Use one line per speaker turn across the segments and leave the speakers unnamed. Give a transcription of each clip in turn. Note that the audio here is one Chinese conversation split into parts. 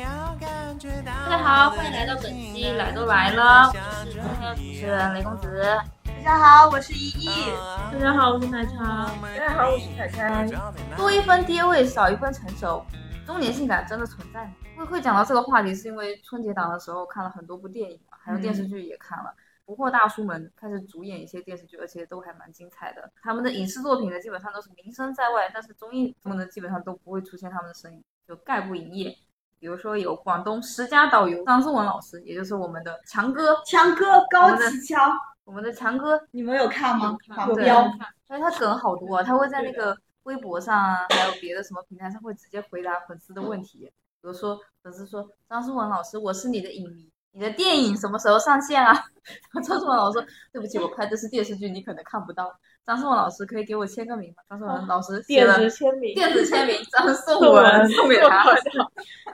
大家好，欢迎来到本期来都来了，我是今天的主持人雷公子。
大家好，我是依依。
大家好，我是奶茶。
大家好，我是彩彩。
多一分爹味，少一分成熟，中年性感真的存在。会会讲到这个话题，是因为春节档的时候看了很多部电影嘛，还有电视剧也看了。不惑大叔们开始主演一些电视剧，而且都还蛮精彩的。他们的影视作品呢，基本上都是名声在外，但是综艺节目呢，基本上都不会出现他们的身影，就概不营业。比如说有广东十佳导游张志文老师，也就是我们的强哥，
强哥高启强，
我们的强哥，
你们有看吗？黄
对
标，
所以他梗好多啊，他会在那个微博上啊，还有别的什么平台上会直接回答粉丝的问题，比如说粉丝说张志文老师，我是你的影迷，你的电影什么时候上线啊？ 然后张志文老师说，对不起，我拍的是电视剧，你可能看不到。张志文老师可以给我签个名吗？张志文老师写
电
了
子签名，
电子签名，张颂
送
文
文
送给 他。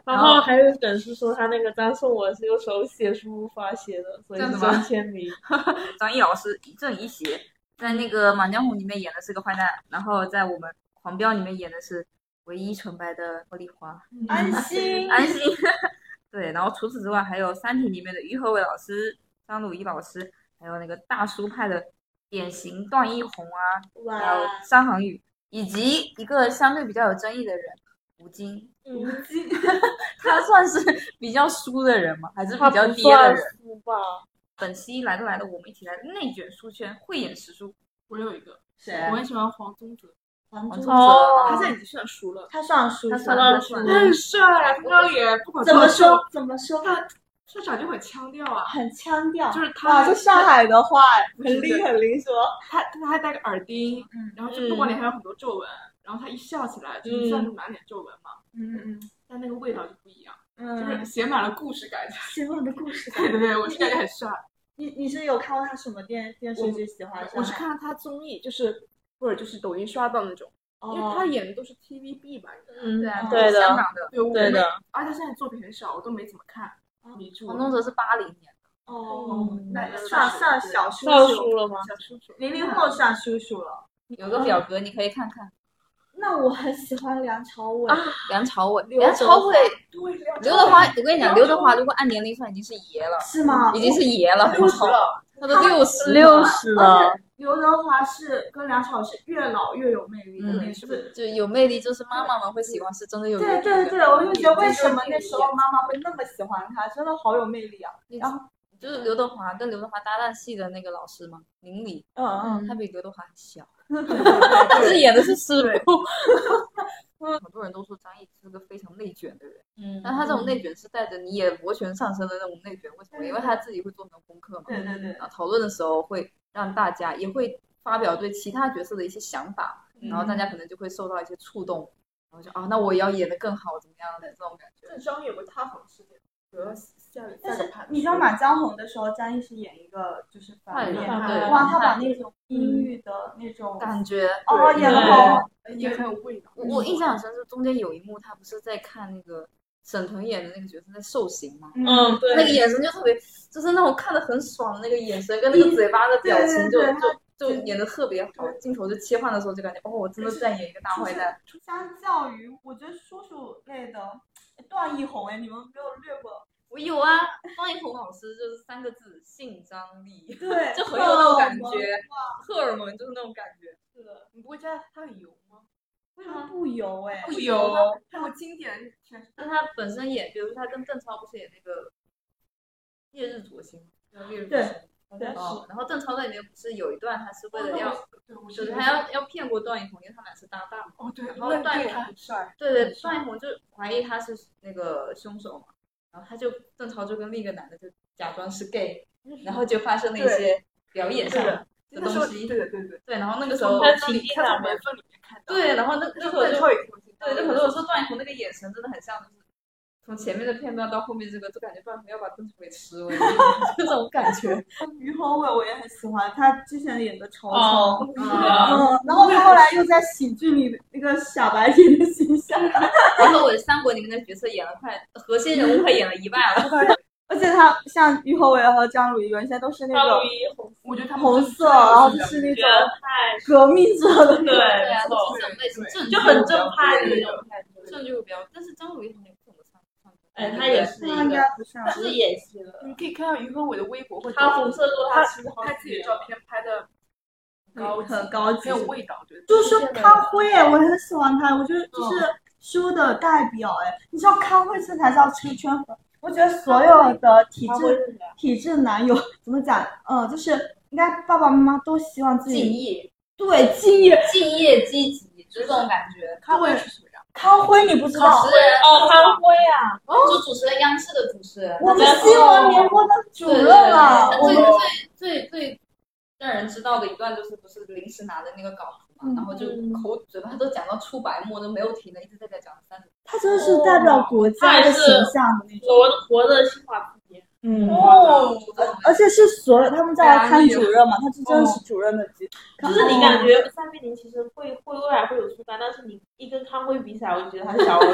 然后还有粉丝说他那个张颂文是用手写书法写的，所以
真
是
的吗
真签 名。
张译老师一正一邪，在那个《满江红》里面演的是个坏蛋，然后在我们《狂飙》里面演的是唯一纯白的茉莉花。
嗯安心。
安心。 对，然后除此之外，还有《三体》里面的于和伟老师、张鲁一老师，还有那个大叔派的典型段奕宏啊，还有
哇，
张涵予，以及一个相对比较有争议的人吴京。
嗯，
他算是比较输的人吗？还是
他
比
不
较爹的
算
人？
书吧？
本期来都来了，我们一起来内卷书圈，慧眼识书。
我有一个，
谁
我很喜欢黄宗泽，
黄
黄
宗
宗
泽，
哦
泽，
他现在已经算熟了，
他算叔
他
叔，
算他算
嗯
他很帅啊，他那个脸不管
怎么
说，
说？怎么说？
他说长就很腔调啊，
很腔调，
就是他
哇，这上海的话，很
是
灵很灵说。
他他还戴个耳钉，
嗯
然后就不光脸还有很多皱纹，然后他一笑起来就是算是满脸皱纹嘛，
嗯嗯
但那个味道就不一样，就
嗯，
是写满了故事 感觉。
写我的故事。
对对对，我是感觉很 帅。
你你是有看过他什么电电视剧喜欢上？
我是看了他综艺，就是或者就是抖音刷到那种，因
哦，
为他演的都是 TVB 吧，
嗯，
对啊，
对的，
香港的。
对哦我
对
没
的。
而且现在作品很少，我都没怎么看。迷住
黄宗泽是八零年的，
哦，
那
那
就是
算
叔
算
对
小叔
嗯算
叔，
书了吗？
小叔叔，
零零后算叔叔了。
有个表格你可以看看。
那我很喜欢梁朝伟
啊
梁朝伟，
刘
梁
德
朝伟
对，
刘德华，我跟你讲，
刘
刘
德
德华
华
如果按年龄算，已经是爷了，
是吗？
已经是爷了，很
六十
丑，
了，
他都六十
六，十了，
刘德华是跟梁朝伟是越老越有魅力
嗯
的那种。
就有魅力，就是妈妈们会喜欢，是真的有魅
对
力。
对对，我就觉得为什么那时候妈妈会那么喜欢他，真的好有魅力啊！
对，然后就是刘德华跟刘德华搭档戏的那个老师嘛，林里，
嗯嗯，
他比刘德华还小，但是演的是师傅。嗯很多人都说张译是个非常内卷的人，
嗯
但他这种内卷是带着你也摩拳上升的那种内卷，为什么？因为他自己会做很多功课嘛。
对对对，
啊，讨论的时候会让大家也会发表对其他角色的一些想法，然后大家可能就会受到一些触动，然后就啊，那我也要演的更好，怎么样的这种感觉。
郑张译有个塌房事件，主要下一
但
下
是
个盘。
你知道《满江红》的时候，张译是演一个就是反面，
坏人
哇，他把那种阴郁的那种
感觉
哦演的好，
也很有味道。
嗯
我我印象很深是中间有一幕，他不是在看那个沈腾演的那个角色在受刑吗？
嗯，
那个
对，
眼神就特别，就是那种看的很爽的那个眼神，跟那个嘴巴的表情就
对对对
就就演的特别好。镜头就切换的时候就感觉，哦，我真的在演一个大坏蛋。
相较于我觉得叔叔类的段奕宏，哎，你们没有略过？
我有啊，方一红老师就是三个字：性张力。
对，
就很有那种
哦
感觉
哇，
荷尔蒙就是那种感觉。
是的，
你不会觉得他很油吗？
为什么不油哎？
不油，
他有经典全是
但他本身演，比如说他跟邓超不是演那个《烈日灼心》叫《烈日灼
对
心》
对
哦，然后邓超在里面不是有一段，他是为了要，
对，我
就是是他要要骗过段奕宏，因为他们俩是搭档嘛。
哦对，
然后段
对
奕
他
宏
很帅，
对对，段奕宏就怀疑他是那个凶手嘛，然后他就邓超就跟另一个男的就假装是 gay，然后就发生了一些表演上的
对
东
那时候
西。
对的对的对的，
对，然后那个时候，
他
从
体
他啊
现了
从缘分里面看到，
对，然后那
那
那时
时
候
候
就
超有
对，就很多人说段奕宏那个眼神真的很像，就是从前面的片段到后面这个，都感觉段奕宏要把邓超给吃了， 这种感觉。
于和伟我也很喜欢，他之前演的《曹
哦
操》，
啊
嗯，然后他后来又在喜剧里那个傻白甜的形象，
然后我的三国里面的角色演了快核心人物快演了一半了，
而且他像于和伟和张鲁一原先都是那
赵
种
丽红
我觉得他们
红
啊就是
色，然后
这
就
样
是那
觉
种
得太
革命者的
对
那种，
对啊，
没错
这种类型正
就很
正
正派的那种感觉。
正就会比较，但是张鲁一好像也不怎么唱唱歌。
哎，他也是
那
一
应
个
该不是啊。
只演戏的，
你可以看到于和伟的微博会
他红色路他其实好
拍自己的照片拍的高级
很高级
没有味道，对，
就是说康辉，哎我很喜欢他，我觉得就是书的代表。哎，你知道康辉这才叫出圈粉。我觉得所有的体
他会
制体制男友怎么讲？嗯，就是应该爸爸妈妈都希望自
敬
己
业，
对敬业。
敬业积极，就这种感觉。
他会是什么样？
康辉你不知
主
道，
持人哦
哦，潘辉啊，
就主持人，央视的主持人，
我们新闻联播的主任啊，
哦
我
对
们
对对最最最最让人知道的一段就是不是临时拿的那个稿子嘛，
嗯
然后就口嘴巴都讲到出白沫，都没有停的，一直在那讲三十。
他真的是代表国家的形象的那种。
活活的新华字典，
嗯
哦，
而且是所有他们叫他看主任嘛，他是真的是主任的级，
就
就是
你感觉三比零其实会会未来会有出杆，但是你一跟康辉比起来，我就觉得他小我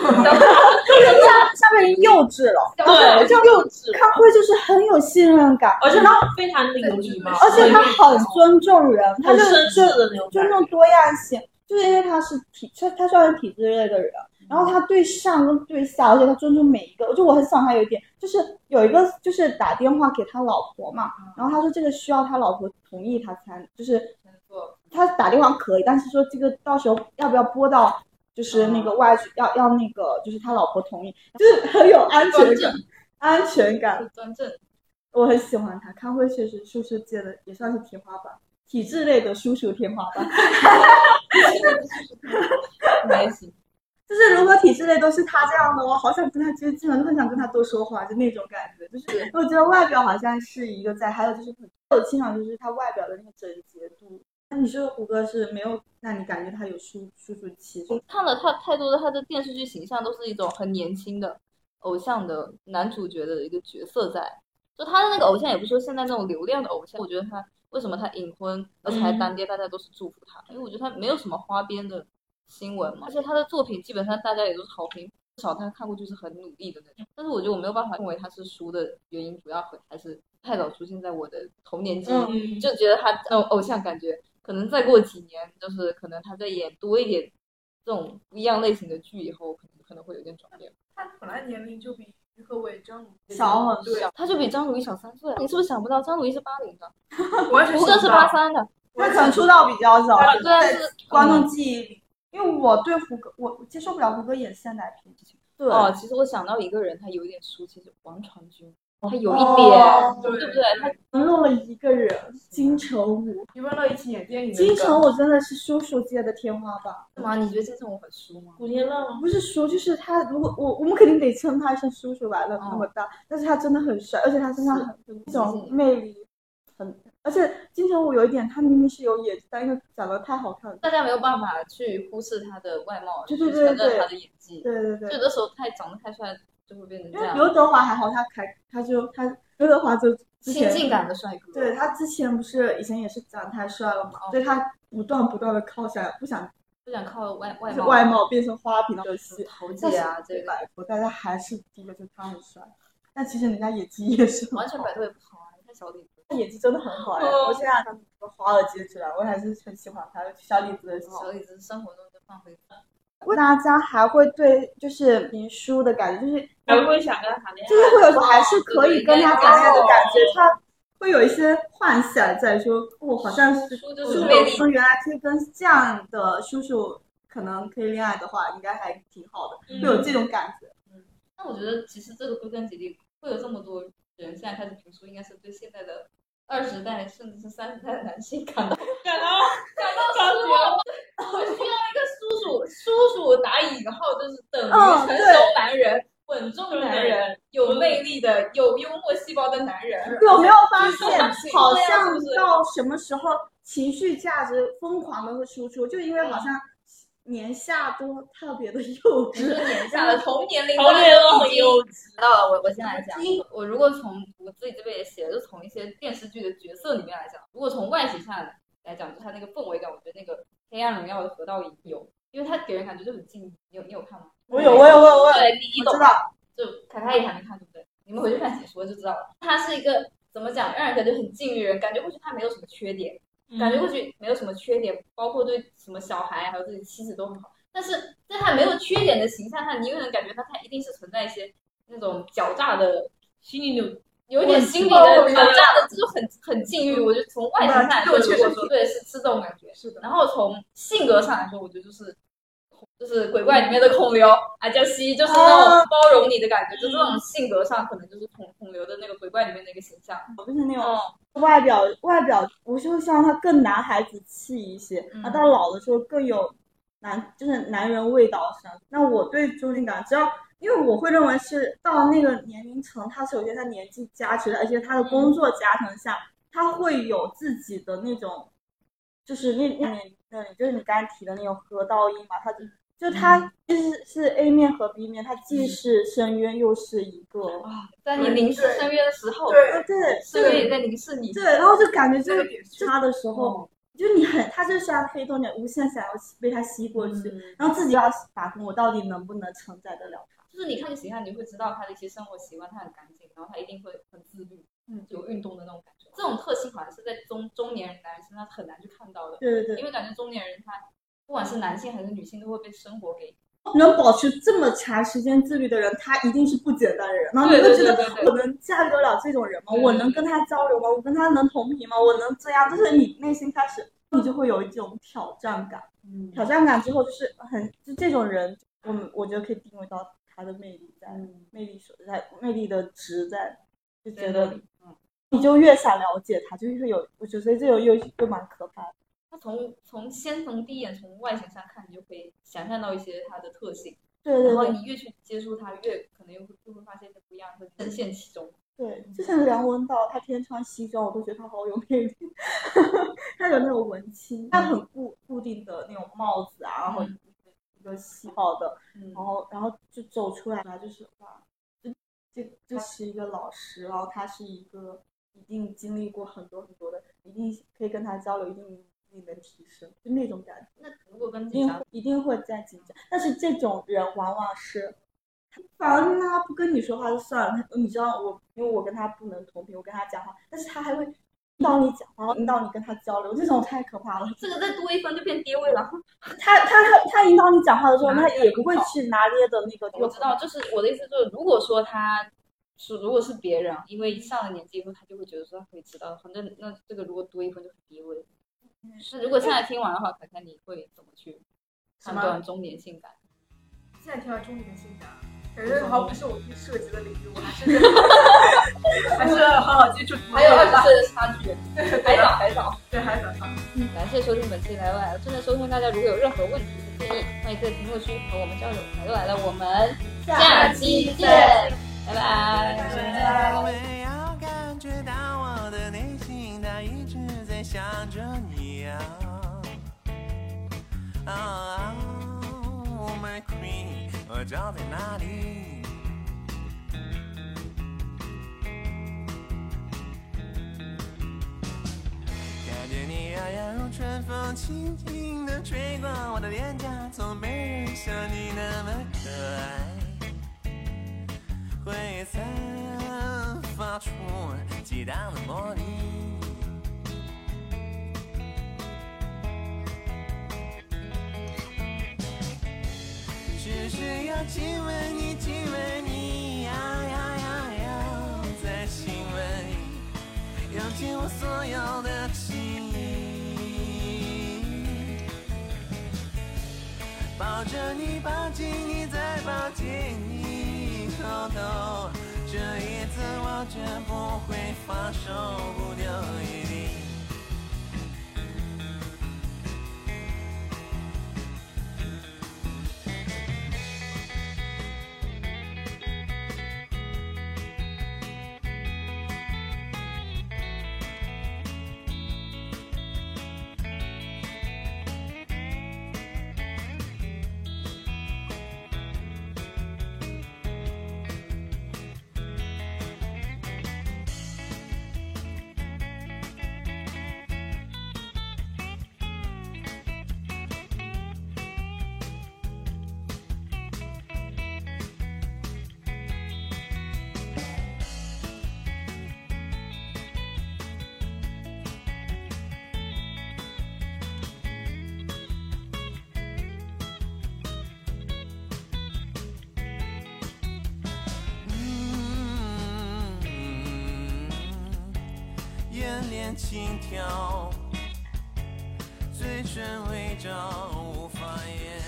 下下面人幼稚了，
对，就幼稚，
康辉就是很有信任感，
而且他非常的有礼貌，
而且他很尊重人，他
很
就
绅士
尊
的那种
尊
感
重
觉。
多样性，就是因为他是体他他算是体制类的人，然后他对上跟对下，而且他尊重每一个，我就我很喜欢他有一点，就是有一个就是打电话给他老婆嘛，
嗯
然后他说这个需要他老婆同意他才就是
做
他打电话可以，但是说这个到时候要不要播到，就是那
哦
个外去，要要那个，就是他老婆同意，就是很有安全感，安全感，
就专政，
我很喜欢他。康辉确实叔叔界的也算是天花板，体制类的叔叔天花板，
没行。
就是如果体制类都是他这样的，我好想跟他接近，啊很想跟他多说话，就那种感觉。就是我觉得外表好像是一个在，还有就是我有倾向就是他外表的那个整洁度。那你说胡歌是没有，那你感觉他有叔叔叔气？
看了他太多的他的电视剧形象都是一种很年轻的偶像的男主角的一个角色在，就他的那个偶像也不是说现在那种流量的偶像，我觉得他为什么他隐婚而且还单恋，大家都是祝福他，因为我觉得他没有什么花边的新闻嘛，而且他的作品基本上大家也都是好评，至少大家看过就是很努力的那种。但是我觉得我没有办法认为他是输的原因，主要还是太早出现在我的童年记忆里
嗯，
就觉得他偶偶像感觉，可能再过几年，就是可能他再演多一点这种不一样类型的剧以后，可能可能会有点转变。
他本来年龄就比于和伟、张鲁
小很
对，
他就比张鲁一小三岁，你是不是想不到张鲁一是八零的，
完全
胡歌是八
哦
三的，
他可能出道比较早，
对啊，是
观
嗯
众记忆里。因为我对胡歌，我我接受不了胡歌演现代片。对
哦，其实我想到一个人，他有一点输，其实王传君，他有一
哦
点，
对
对不对？他
沦落了一个人，金城武。
你们乐一起演电影，
金城武真的是叔叔界的天花板。嗯
干嘛？你觉得金城武很输吗？
古天乐吗？
不是说，就是他，如果我我们肯定得称他一声叔叔吧，那
嗯
那么大，但是他真的很帅，而且他身上很有一种魅力，很，而且金城武有一点，他明明是有演技，但又长得太好看了。
大家没有办法去忽视他的外貌，
对
去
对
承
对对
认他的演技。
对对对
就，有的时候太长得太帅，就会变成
因
这
为
样，
刘德华还好，他开他就他刘德华就之
亲
前
近感的帅哥。
对他之前不是以前也是长得太帅了嘛，
哦
所以他不断不断的靠下来，不想
不想靠外外
就是
貌，
外貌变成花瓶的戏。
桃
但
姐
是
啊，这个
摆脱，大家还是第一个就是他很帅，但其实人家演技也是很
完全
好
摆脱也不好啊！你看小李子，
他演技真的很好哎、
哦
我现在看那个《华尔街之狼》，我还是很喜欢他小李子的时候
小。李子生活中就放飞自
大家还会对就是林书的感觉，就是
还会想跟他 谈恋
就是会有种还
哦
是可以跟他谈恋爱的感觉，他会有一些幻想在说，我、好像是
书就
就是是
魅
我
力
说原来可以跟这样的叔叔可能可以恋爱的话，应该还挺好的，
嗯
会有这种感觉。
那我觉得其实这个归根结底，会有这么多人现在开始评书，应该是对现在的二十代甚至是三十代的男性感到
爱，感到
感到失望。我需要一个叔叔，叔叔打引号就是等
嗯
于成熟男人、稳重男人、
嗯
有魅力的、有幽默细胞的男人。
有没有发现，
是
好
对啊
像
是不是
到什么时候情绪价值疯狂的会输出，就因为好
嗯
像年下都特别的幼
只是
稚。
年下 的同年龄
陶
段
冶都
已
很
经
幼稚。
到了，我我先来讲，我如果从我自己这边也写，就从一些电视剧的角色里面来讲，如果从外形上来讲，就它那个氛围感，我觉得那个《黑暗荣耀》的何道影有，因为它给人感觉就很静谧。你有你有看吗？
我有，我有，我有，我有，
对，你你
我
懂
知，道。
就凯凯也还没看，对不对？你们回去看解说就知道了。它是一个怎么讲，让人感觉很禁欲人，感觉过去他没有
嗯
什么缺点，感觉过去没有什么缺点，包括对什么小孩还有自己妻子都很好。但是在他没有缺点的形象下，你又能感觉到他一定是存在一些那种狡诈的
心里有
有一点心理的挑战的，这就很很禁欲。我觉得从外形上来说，
嗯这个确实
我说对是是这种感觉。
是的，
然后从性格上来说，我觉得就是就是鬼怪里面的孔刘啊，叫西，就是那种包容你的感觉，就这种性格上可能就是孔孔刘的那个鬼怪里面的一个形象。
就是那种
嗯，
外表外表，我就希望他更男孩子气一些，
嗯
那、到老的时候更有男就是男人味道上。那我对周俊港，只要因为我会认为是到那个年龄层，他首先他年纪加持，而且他的工作加成下，他会有自己的那种，就是那那那那里就是你刚才提的那种河道音嘛，他就就他其实是 A 面和 B 面，他既是深渊又是一个，
在你凝视深渊的时候，
啊对
深渊也在凝视你。
对，然后就感觉就
这个点
是他的时候，
嗯
就你很，他就像黑洞点，无限想要被他吸过去，
嗯
然后自己要打工，我到底能不能承载得了他？
就是你看这形象，你会知道他的一些生活习惯，他很干净，然后他一定会很自律，嗯，有运动的那种感觉。这种特性好像是在中中年人男人身上很难去看到的，
对对
因为感觉中年人他不管是男性还是女性，都会被生活给
对，能保持这么长时间自律的人，他一定是不简单的人。然后你
对
会
对
觉
对
得
对对嗯
我能驾驭得了这种人吗？
对
我能跟他交流吗？我跟他能同频吗？我能这样？就是你内心开始，你就会有一种挑战感，
嗯
挑战感之后就是很，就这种人，我们我觉得可以定位到他的魅力在。
嗯，
魅力所在，魅力的值在，就
在
觉得
那里。嗯，
你就越想了解他，就越有，我觉得这种又又蛮可怕的。
他从从先从第一眼从外形上看，你就可以想象到一些他的特性，
对对
然后
对
你越去接触他，越可能又会就会发现他不一样，会深陷其中。
对，就像梁文道，他天天穿西装，我都觉得他好有魅力。 他有那种文青，他很固固定的那种帽子啊，然后
嗯
一个细帽的，
嗯
然后然后就走出来了，就是哇，这这这是一个老师，然后他是一个一定经历过很多很多的，一定可以跟他交流，一定一定能提升，就那种感觉。
那如果跟
一
警
定
察
会，一定会在紧张，但是这种人往往是，反而呢不跟你说话就算了，他你知道我，因为我跟他不能同频，我跟他讲话，但是他还会引导你讲话，引导你跟他交流，这种太可怕了。
这个再多一分就变跌位了。
他他他他引导你讲话的时候，他也不会去拿捏的那个，
我知道，，就是我的意思就是，如果说他是如果是别人，因为上了年纪以后，他就会觉得说他可以知道，反正那这个如果多一分就很低位。那如果现在听完的话，凯凯你会怎么去判
什
断中年性感？
现在听完中年性感，感觉好像不是我可以涉及的领域，我还 是还是要好好接触。
还有二十岁的差距，还早还早。
对，还是想
嗯感谢收听本期《来都来了》，真的收听大家如果有任何问题和建议，欢迎在评论区和我们交流。来都来了，我们下期见，拜拜。
没有感觉到我的内心，它一直在想着你啊。啊、oh, my queen，我找在哪里？感觉你摇摇如春风，轻轻地吹过我的脸颊，从没人像你那么可爱。会散发出激荡的魔力。只是要亲吻你，亲吻你，呀呀呀呀，再亲吻你，用尽我所有的记忆。抱着你，抱紧你，再抱紧你，偷偷。这一次我绝不会放手不留余地。恋情调，嘴唇微张，无法言